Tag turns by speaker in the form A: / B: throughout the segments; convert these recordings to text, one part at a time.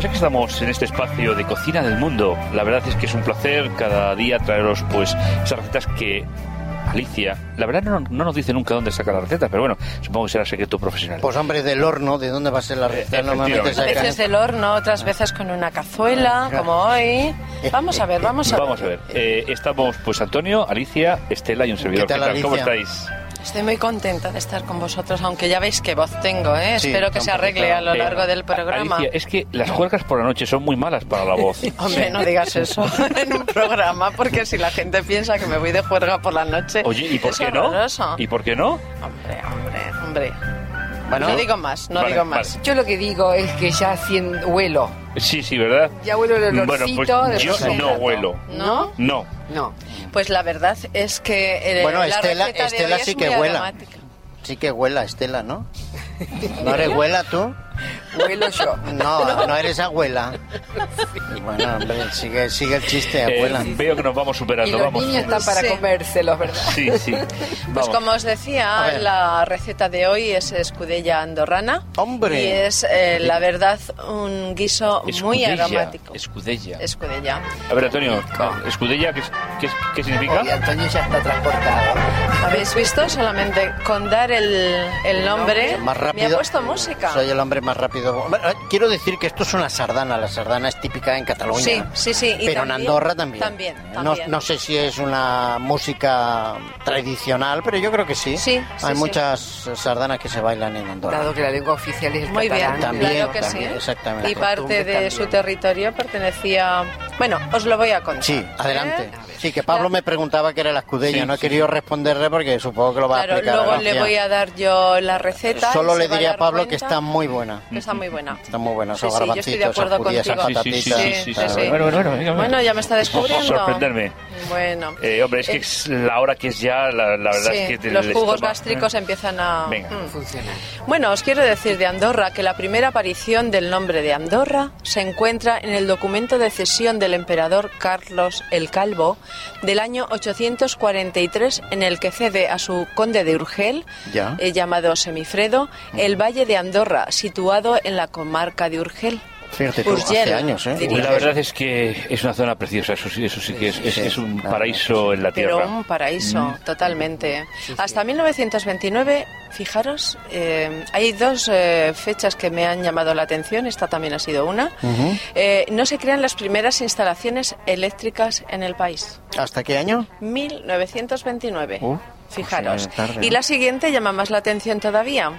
A: que estamos en este espacio de cocina del mundo. La verdad es que es un placer cada día traeros pues esas recetas que Alicia, la verdad no, no nos dice nunca dónde saca las recetas, pero bueno, supongo que será secreto profesional.
B: Pues hombre, del horno, ¿de dónde va a ser la receta? Normalmente
C: A
B: sacan-
C: veces del horno, otras veces con una cazuela, como hoy. Vamos a ver, vamos a ver.
A: Vamos a ver, eh, estamos pues Antonio, Alicia, Estela y un servidor.
B: ¿Qué tal,
A: ¿Cómo
B: Alicia?
A: estáis?
C: Estoy muy contenta de estar con vosotros, aunque ya veis qué voz tengo, ¿eh?
B: Sí,
C: Espero que
B: un
C: se
B: poquito.
C: arregle a lo
A: Eh,
C: largo del
A: a-
C: programa.
A: Alicia, eh. es que las juergas por la noche son muy malas para la voz.
C: Hombre, no digas eso en un programa, porque si la gente piensa que me voy de juerga por la noche.
A: Oye, ¿y por
C: es
A: qué no?
C: horroroso.
A: ¿Y por qué no?
C: Hombre, hombre, hombre.
A: Bueno,
C: no digo más, no
A: vale,
C: digo más.
D: Yo lo que digo es que ya haciendo huelo.
A: Sí, sí, ¿verdad?
D: Ya huelo el
A: Bueno,
D: olorcito.
A: pues
D: de
A: yo
D: pasar el
A: no
D: rato.
A: huelo.
C: ¿No?
A: No.
D: No.
C: Pues la verdad es que. eh,
B: Bueno,
C: la
B: Estela-
C: receta de
B: Estela
C: hoy es
B: sí que
C: muy
B: vuela.
C: aromática.
B: Sí que huela, Estela, ¿no? ¿No eres huela tú?
D: Huelo yo.
B: No, no eres abuela. Bueno, hombre, sigue, sigue el chiste,
A: Eh,
B: abuela.
A: veo que nos vamos
D: Y
A: superando,
D: los
A: vamos.
D: niños están para
C: Sí.
D: comérselos, ¿verdad?
A: Sí, sí.
C: Pues
A: Vamos.
C: como os
B: A
C: decía,
B: ver.
C: la receta de hoy es escudella andorrana.
B: ¡Hombre!
C: Y es, eh, la verdad, un guiso muy
A: Escudella,
C: aromático.
A: Escudella.
C: Escudella.
A: A ver, Antonio, escudella, ¿qué, es- qué, es- qué significa?
B: Y Antonio ya está transportado.
C: ¿Habéis visto? Solamente con dar el, el nombre...
B: Más rápido.
C: Me ha puesto música.
B: Soy el hombre más rápido. Bueno, eh, quiero decir que esto es una sardana. La sardana es típica en Cataluña.
C: Sí, sí, sí, y
B: pero en
C: también-
B: Andorra también.
C: también,
B: Eh,
C: también.
B: No, no sé si es una música tradicional, pero yo creo que sí.
C: Sí, sí,
B: Hay
C: sí.
B: muchas eh, sardanas que se bailan en Andorra.
D: Dado que la lengua oficial es el
C: Muy bien,
D: catalán.
B: También,
C: claro que
B: también,
C: sí.
B: exactamente.
C: Y parte
D: Costumbre
C: de
D: también.
C: su territorio pertenecía... Bueno, os lo voy a contar.
B: Sí, adelante.
C: ¿eh?
B: Sí, que Pablo me preguntaba qué era la escudella.
A: Sí,
B: no he
A: sí.
B: querido responderle porque supongo que lo va a
C: Claro,
B: explicar.
C: luego
B: Alicia.
C: le voy a dar yo la receta. y
B: Solo
C: se
B: le
C: va
B: diría a
C: dar
B: Pablo
C: cuenta.
B: que está muy buena.
C: que está muy buena.
B: Está muy buena,
C: Sí,
B: esos
C: sí, yo estoy de
B: garbancitos, esas
C: acuerdo
B: judías, esas
C: contigo.
A: Sí, sí, sí,
B: patatitas.
A: sí, sí, sí. Bueno, bueno, bueno, dígame.
C: Bueno, ya me está descubriendo.
A: Sorprenderme.
C: Bueno.
A: Eh, hombre, es que es la hora que es ya, la, la verdad
C: Sí,
A: es que... te-
C: los
A: el
C: jugos
A: estómago-
C: gástricos empiezan a...
A: Venga.
C: Mm.
D: Funciona.
C: Bueno, os quiero decir de Andorra que la primera aparición del nombre de Andorra se encuentra en el documento de cesión del emperador Carlos el Calvo del año 843 en el que cede a su conde de Urgel,
B: Ya.
C: eh, llamado Semifredo, el valle de Andorra, situado en la comarca de Urgel.
B: Fíjate tú,
C: Urgel,
B: hace años, ¿eh?
C: diría.
A: La verdad es que es una zona preciosa, eso sí, eso sí que es, es- es un paraíso en la
C: Pero
A: tierra.
C: un paraíso,
B: Mm.
C: totalmente. Hasta 1929, fijaros, eh, hay dos eh, fechas que me han llamado la atención, esta también ha sido una. Eh, no se crean las primeras instalaciones eléctricas en el país.
B: ¿Hasta qué año?
C: 1929.
B: Uh,
C: Fijaros.
B: o sea, tarde,
C: y
B: ¿no?
C: la siguiente llama más la atención todavía.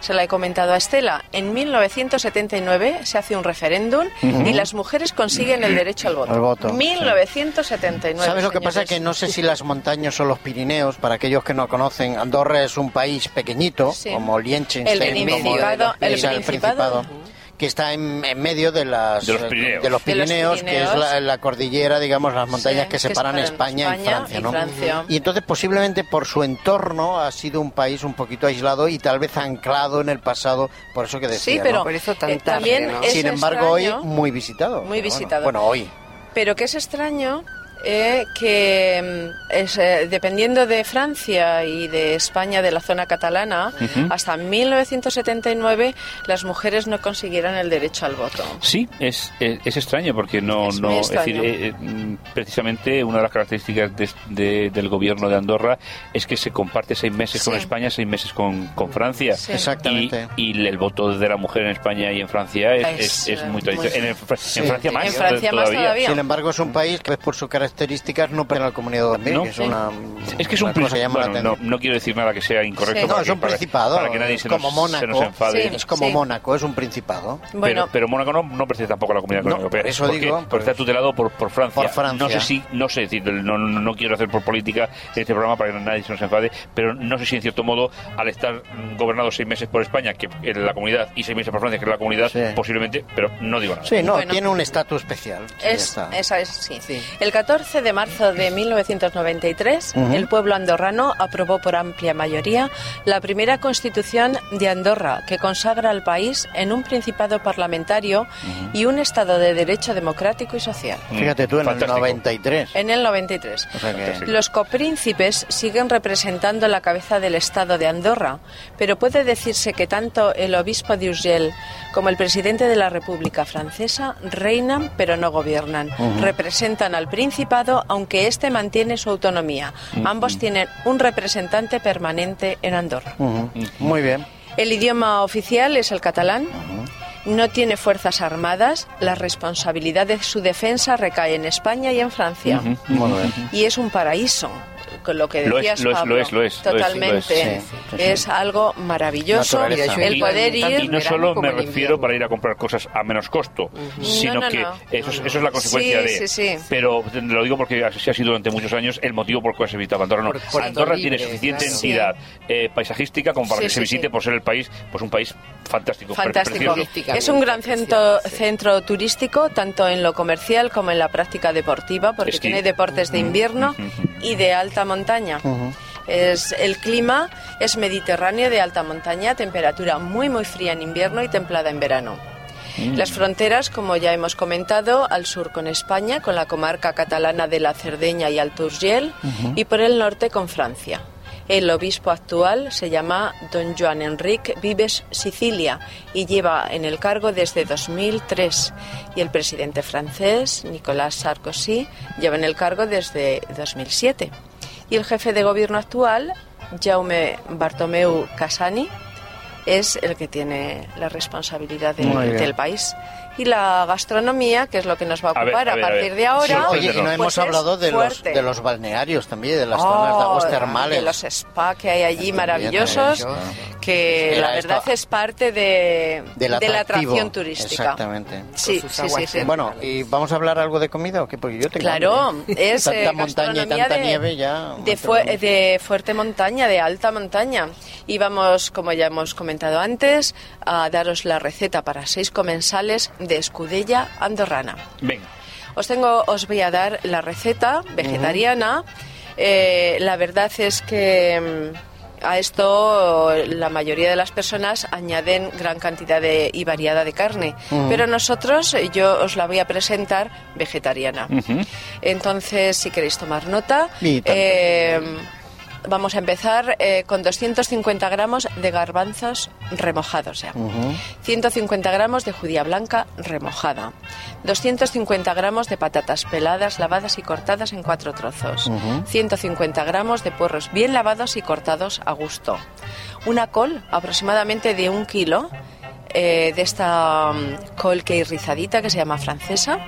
C: Se la he comentado a Estela. En 1979 se hace un referéndum y las mujeres consiguen el derecho al voto.
B: Al voto, sí.
C: 1979.
B: ¿Sabes lo que pasa?
C: señores.
B: Que no sé si las montañas o los Pirineos, para aquellos que no conocen, Andorra es un país pequeñito,
C: Sí.
B: como Liechtenstein,
C: El
B: como-
C: Principado, el
B: o sea, el
C: Principado.
B: Principado, que está en, en medio de, las,
A: De los Pirineos.
B: de los
C: De los
B: Pirineos, que es
C: Pirineos.
B: la, la cordillera, digamos, las montañas
C: Sí,
B: que separan España, y Francia. ¿no?
C: Francia.
B: Y entonces posiblemente por su entorno ha sido un país un poquito aislado y tal vez anclado en el pasado, por eso que decía.
C: Sí, pero
B: ¿no?
D: Por eso tan
C: eh,
D: tarde,
C: también
D: ¿no?
C: es
B: Sin embargo, hoy
C: extraño-
B: muy visitado.
C: Muy
B: Pero bueno,
C: visitado.
B: Bueno, hoy.
C: Pero que es extraño eh, que mm, es, eh, dependiendo de Francia y de España, de la zona catalana, hasta 1979 las mujeres no consiguieran el derecho al voto.
A: Sí, es, es, es extraño porque no,
C: Es muy
A: no es decir,
C: extraño.
A: eh, eh, mm, precisamente una de las características de- de- del gobierno de Andorra es que se comparte seis meses con
C: Sí.
A: España, seis meses con, con Francia.
C: Sí.
B: Exactamente.
A: Y, y el voto de la mujer en España y en Francia es,
C: Es,
A: es, es
C: eh,
A: muy
C: muy-
A: tradicional. En, Fra- en
B: Sí.
A: Francia
B: En
A: más.
C: Francia más todavía.
B: Sin embargo, es un país que por sus características no pertenece a la comunidad también,
A: No.
B: que es una...
A: Es que es un
B: una cosa que
A: principado.
B: llama la
A: no,
B: atención.
A: no quiero decir nada que sea incorrecto.
C: Sí.
B: No,
A: para
B: es
A: que-
B: un
A: para-
B: principado,
A: Para que nadie
B: es
A: se,
B: como
A: nos,
B: Mónaco.
A: se nos enfade.
C: Sí.
B: Es como Mónaco, es un principado.
C: Bueno,
A: pero, pero Mónaco no, no pertenece tampoco a la comunidad
B: No,
A: económica europea.
B: por eso
A: porque,
B: digo,
A: porque
B: por-
A: está tutelado por, por Francia.
B: por Francia.
A: No sé si, no sé, es decir, no, no- no quiero hacer por política este programa para que nadie se nos enfade, pero no sé si en cierto modo, al estar mm, gobernado seis meses por España, que es la comunidad, y seis meses por Francia, que es la comunidad,
B: Sí.
A: posiblemente, pero no digo nada.
B: Sí, no,
C: Bueno.
B: tiene un estatus especial. Sí, ya
C: es,
B: está.
C: esa es, sí.
D: Sí.
C: El 14 14 de marzo de 1993,
B: Ujú.
C: el pueblo andorrano aprobó por amplia mayoría la primera constitución de Andorra, que consagra al país en un principado parlamentario y un Estado de derecho democrático y social.
B: Fíjate tú, en
A: Mm, Fantástico.
B: el 93.
C: En el 93.
B: O sea que-
A: Fantástico.
C: Los copríncipes siguen representando la cabeza del Estado de Andorra, pero puede decirse que tanto el obispo de Urgell como el presidente de la República Francesa reinan pero no gobiernan. Representan al Principado, aunque éste mantiene su autonomía. Ambos tienen un representante permanente en Andorra.
B: Ujú. Muy bien.
C: El idioma oficial es el catalán. No tiene fuerzas armadas. La responsabilidad de su defensa recae en España y en Francia
B: Muy bien.
C: y es un paraíso con lo que
A: Lo es,
C: decías
A: lo es,
C: Pablo.
A: lo es, lo es, lo es,
C: totalmente
A: lo
B: es. Sí, sí, sí.
C: es algo maravilloso
B: Naturaleza.
C: el
A: Y-
C: poder
A: y,
D: Tanto
C: ir
D: en
A: no
D: verano
A: solo
D: como
A: me
D: en
A: refiero
D: invierno.
A: para ir a comprar cosas a menos costo, sino
C: No, no,
A: que
C: no.
A: Eso, es, eso es la consecuencia
C: Sí,
A: de.
C: sí, sí.
A: Pero te lo digo porque así ha sido durante muchos años el motivo por el cual se visitaba Andorra. No,
D: Por- por
A: Andorra
D: libre,
A: tiene suficiente
D: claro.
A: entidad eh, paisajística como para
C: Sí,
A: que se
C: sí, sí.
A: visite por ser el país, pues un país fantástico, pre-
C: fantástico
A: precioso.
C: es un gran centro centro turístico tanto en lo comercial como en la práctica deportiva porque
A: Esquí.
C: tiene deportes de invierno y de alta montaña Es, el clima es mediterráneo de alta montaña, temperatura muy muy fría en invierno y templada en verano. Las fronteras, como ya hemos comentado, al sur con España, con la comarca catalana de la Cerdeña y Alturgiel, y por el norte con Francia. El obispo actual se llama don Joan Enric Vives Sicilia y lleva en el cargo desde 2003. Y el presidente francés, Nicolas Sarkozy, lleva en el cargo desde 2007. Y el jefe de gobierno actual, Jaume Bartomeu Casani, es el que tiene la responsabilidad de-
B: Muy bien.
C: del país. Y la gastronomía, que es lo que nos va a
A: A ver,
C: ocupar
A: a
C: a,
A: ver, a
C: partir
A: ver.
C: de ahora.
A: Sí,
B: Oye, y
A: pues
B: no hemos
C: es
B: hablado de los,
C: fuerte.
B: de los balnearios también, de las
C: Oh,
B: zonas de aguas
C: de
B: termales.
C: los spa que hay allí
B: Bien,
C: maravillosos,
D: maravilloso.
C: que
B: Era
C: la verdad
B: esto-
C: es parte de,
B: Del
C: de la
B: atractivo,
C: atracción turística.
B: Exactamente.
C: Sí,
D: Con sus
C: sí, sí,
D: aguas
C: sí.
B: Bueno, ¿y vamos a hablar algo de comida o qué? Porque yo tengo
C: Claro,
B: hambre, ¿eh?
C: es
B: tanta
C: eh,
B: montaña y
C: gastronomía
B: tanta
C: de-
B: nieve ya.
C: de, fue- de fuerte montaña, de alta montaña. Y vamos, como ya hemos comentado antes, a daros la receta para seis comensales de escudella andorrana.
A: Venga.
C: Os tengo, os voy a dar la receta vegetariana. Eh, la verdad es que mm, a esto la mayoría de las personas añaden gran cantidad de- y variada de carne, pero nosotros eh, yo os la voy a presentar vegetariana.
A: Ujú.
C: Entonces, si queréis tomar nota,
B: Y tanto.
C: eh, vamos a empezar eh, con 250 gramos de garbanzos remojados
B: Mm.
C: ya. 150 gramos de judía blanca remojada. 250 gramos de patatas peladas, lavadas y cortadas en cuatro trozos. 150 gramos de puerros bien lavados y cortados a gusto. Una col aproximadamente de un kilo. eh, de esta mm, col que rizadita que se llama francesa,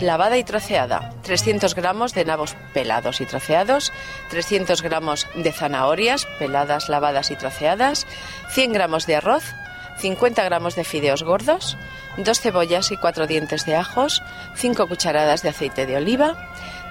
C: lavada y troceada, 300 gramos de nabos pelados y troceados, 300 gramos de zanahorias peladas, lavadas y troceadas, 100 gramos de arroz, 50 gramos de fideos gordos, dos cebollas y cuatro dientes de ajos, 5 cucharadas de aceite de oliva,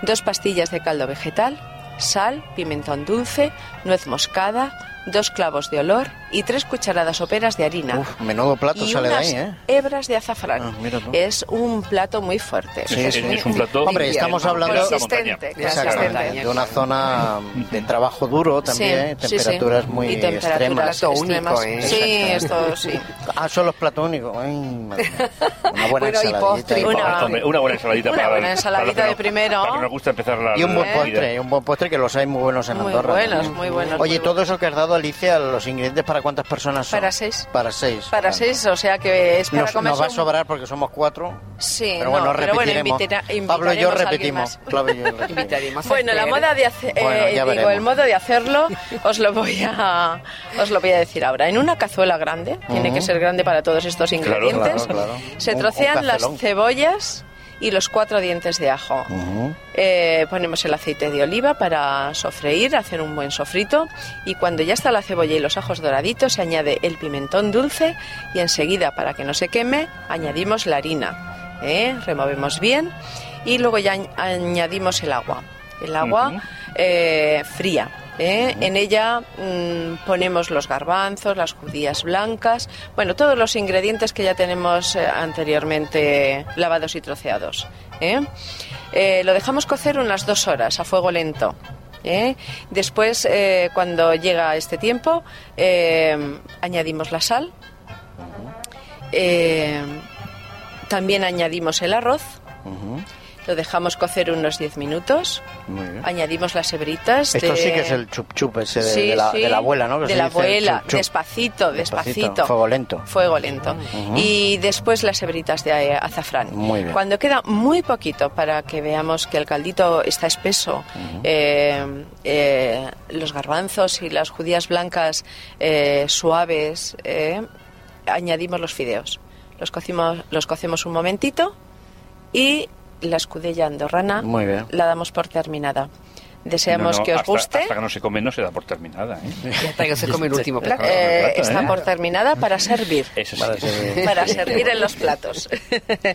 C: dos pastillas de caldo vegetal, sal, pimentón dulce, nuez moscada, dos clavos de olor y tres cucharadas soperas de harina.
B: Uf, menudo plato
C: y
B: sale de
C: unas
B: ahí, ¿eh?
C: hebras de azafrán.
B: Ah, mira tú.
C: es un plato muy fuerte.
A: Sí, es- es un plato-
B: Hombre, estamos
D: Bien,
B: hablando
A: Alta
C: Consistente,
A: montaña.
C: gracias,
B: Exactamente,
C: Montaña.
B: de una zona de trabajo duro también, ¿eh?
C: Sí, sí, sí.
B: temperaturas muy
C: y temperaturas
B: extremas.
D: Plato único,
C: extremas.
D: ¿eh?
C: Sí,
B: Exactamente.
C: esto sí.
B: Ah, son los platos únicos. Ay, madre mía. Una buena
D: Bueno, y
B: ensaladita
D: postre,
B: y
C: Una-
B: postre.
A: Vamos, hombre, una buena ensaladita
C: Una
A: para
C: buena
A: para
C: ensaladita
A: los que
C: de
A: no-
C: primero.
A: para que nos gusta empezar la
B: Y un buen
A: la comida.
B: postre, y un buen postre que los hay muy buenos en
C: ¿Eh? Muy
B: Andorra.
C: buenos,
B: también.
C: muy buenos,
B: Oye,
C: muy
B: todo
C: buenos.
B: eso que has dado, Alicia, los ingredientes para cuántas personas son?
C: Para seis.
B: Para seis.
C: Para
B: vale.
C: seis, o sea que es para
B: Nos,
C: comer
B: nos va a sobrar porque somos cuatro.
C: Sí,
B: pero bueno,
C: no, pero bueno,
B: repetiremos.
C: invitera- invitaremos
B: Pablo y yo
C: a alguien
B: repetimos.
C: más.
B: Pablo y yo repetimos.
D: Invitaremos a
C: Bueno, la
D: Esther.
C: moda de hacer, eh,
B: Bueno, ya
C: digo,
B: veremos.
C: el modo de hacerlo os lo voy a os lo voy a decir ahora. En una cazuela grande, tiene que ser grande para todos estos
A: claro,
C: ingredientes.
B: claro.
C: Se
B: Un- un
C: trocean las
B: cafelón.
C: cebollas y los cuatro dientes de ajo. Eh, ponemos el aceite de oliva para sofreír, hacer un buen sofrito y cuando ya está la cebolla y los ajos doraditos se añade el pimentón dulce y enseguida para que no se queme añadimos la harina, ¿eh? removemos bien y luego ya añ- añadimos el agua, el agua
A: Ujú.
C: eh, fría. ¿eh? En ella mm, ponemos los garbanzos, las judías blancas, bueno, todos los ingredientes que ya tenemos eh, anteriormente lavados y troceados. ¿eh? Eh, lo dejamos cocer unas dos horas a fuego lento. ¿eh? Después, eh, cuando llega este tiempo, eh, añadimos la sal. Eh, también añadimos el arroz.
B: Ujú.
C: Lo dejamos cocer unos 10 minutos.
B: Muy bien.
C: Añadimos las hebritas.
B: Esto
C: de-
B: sí que es el chup chup ese de,
C: Este- Sí,
B: de la,
C: sí,
B: de la abuela, ¿no? Que
C: De
B: se
C: la
B: dice el
C: abuela,
B: chup chup.
C: despacito,
B: Despacito,
C: despacito,
B: fuego lento.
C: Fuego lento. Y después las hebritas de eh, azafrán.
B: Muy bien.
C: Cuando queda muy poquito para que veamos que el caldito está espeso, eh, eh, los garbanzos y las judías blancas eh, suaves, eh, añadimos los fideos. Los cocimos, los cocemos un momentito y la escudella andorrana
B: Muy bien.
C: la damos por terminada. Deseamos
A: No, no,
C: que os
A: hasta-
C: guste.
A: Hasta que no se come, no se da por terminada. ¿eh?
D: Y hasta que se come el último plato.
A: Claro,
C: Eh,
A: claro,
C: está
A: ¿eh?
C: por terminada para servir.
A: Eso sí.
B: Vale, Eh, sí.
C: Para servir en los platos.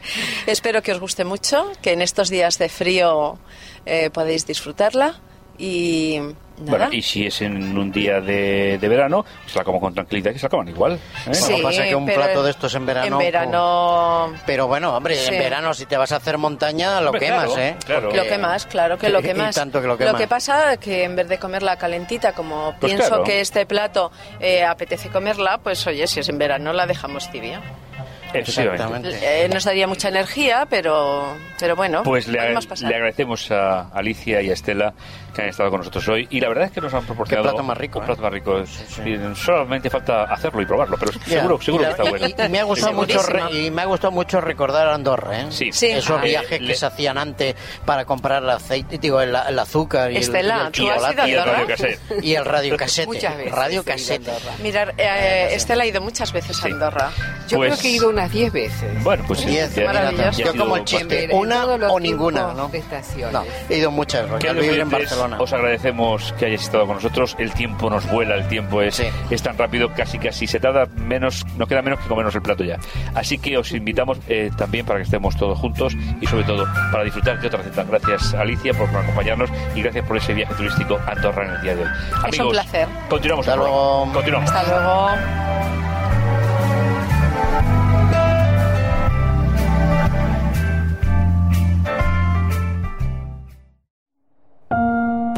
C: Espero que os guste mucho, que en estos días de frío eh, podéis disfrutarla. Y nada.
A: Bueno,
B: ¿eh?
A: y si es en un día de, de verano, se la como con tranquilidad, que se la coman igual. ¿eh?
B: Sí. Lo que pasa es que un
C: pero
B: plato de estos en verano,
C: En verano.
B: Pero bueno, hombre,
C: Sí.
B: en verano si te vas a hacer montaña lo
A: Hombre,
B: quemas,
A: claro,
B: ¿eh?
A: claro.
B: Porque-
A: Eh,
C: Lo que más, claro que lo que
B: y
C: más.
B: tanto que lo
C: lo
B: quemas.
C: que pasa que en vez de comerla calentita, como
A: Pues
C: pienso
A: claro.
C: que este plato eh, apetece comerla, pues oye, si es en verano la dejamos tibia.
A: Efectivamente.
B: Exactamente.
C: Eh, nos daría mucha energía, pero, pero bueno,
A: Pues le,
C: podemos pasar.
A: le agradecemos a Alicia y a Estela que han estado con nosotros hoy y la verdad es que nos han proporcionado
B: Qué plato más rico,
A: un
B: ¿eh?
A: plato más rico. Y Solamente falta hacerlo y probarlo, pero
B: Ya.
A: seguro, seguro que
B: Y la-
A: está bueno.
B: y- y me ha gustado mucho
C: Segurísimo.
B: re- y me ha gustado mucho recordar Andorra, ¿eh?
A: Sí.
C: Sí.
B: Esos
C: Ah,
B: viajes
A: eh,
B: que
A: le-
B: se hacían antes para comprar el aceite, digo, el, el azúcar y el-
C: Estela,
B: y el,
C: ¿tú has
B: chocolate.
C: ido a
A: Y el
C: Andorra?
A: radio cassette.
B: Y el radiocasete.
D: Muchas veces.
B: Radiocasete.
C: Mirar, eh, Estela ha ido muchas veces
A: Sí.
C: a Andorra.
D: Yo
A: Pues-
D: creo que he ido unas 10 veces.
A: Bueno, pues sí,
B: Diez,
A: ya- ya-
C: maravilloso.
A: ya ha
C: Yo
A: sido
B: como el
A: bastante.
B: chiste. una
D: todos los
B: o ninguna,
D: tipos
B: ¿no?
D: de estaciones.
B: No, he ido muchas veces. Yo
A: Queridos
B: vivir en
A: oyentes,
B: Barcelona.
A: Os agradecemos que hayáis estado con nosotros. El tiempo nos vuela, el tiempo es,
B: Sí.
A: es tan rápido, casi casi se tarda menos, nos queda menos que comernos el plato ya. Así que os invitamos eh, también para que estemos todos juntos y sobre todo para disfrutar de otra receta. Gracias Alicia por acompañarnos y gracias por ese viaje turístico a Andorra en el día de hoy.
C: un
A: Amigos,
C: placer.
A: Continuamos.
B: Hasta
A: el programa.
B: luego.
A: Continuamos.
C: Hasta luego.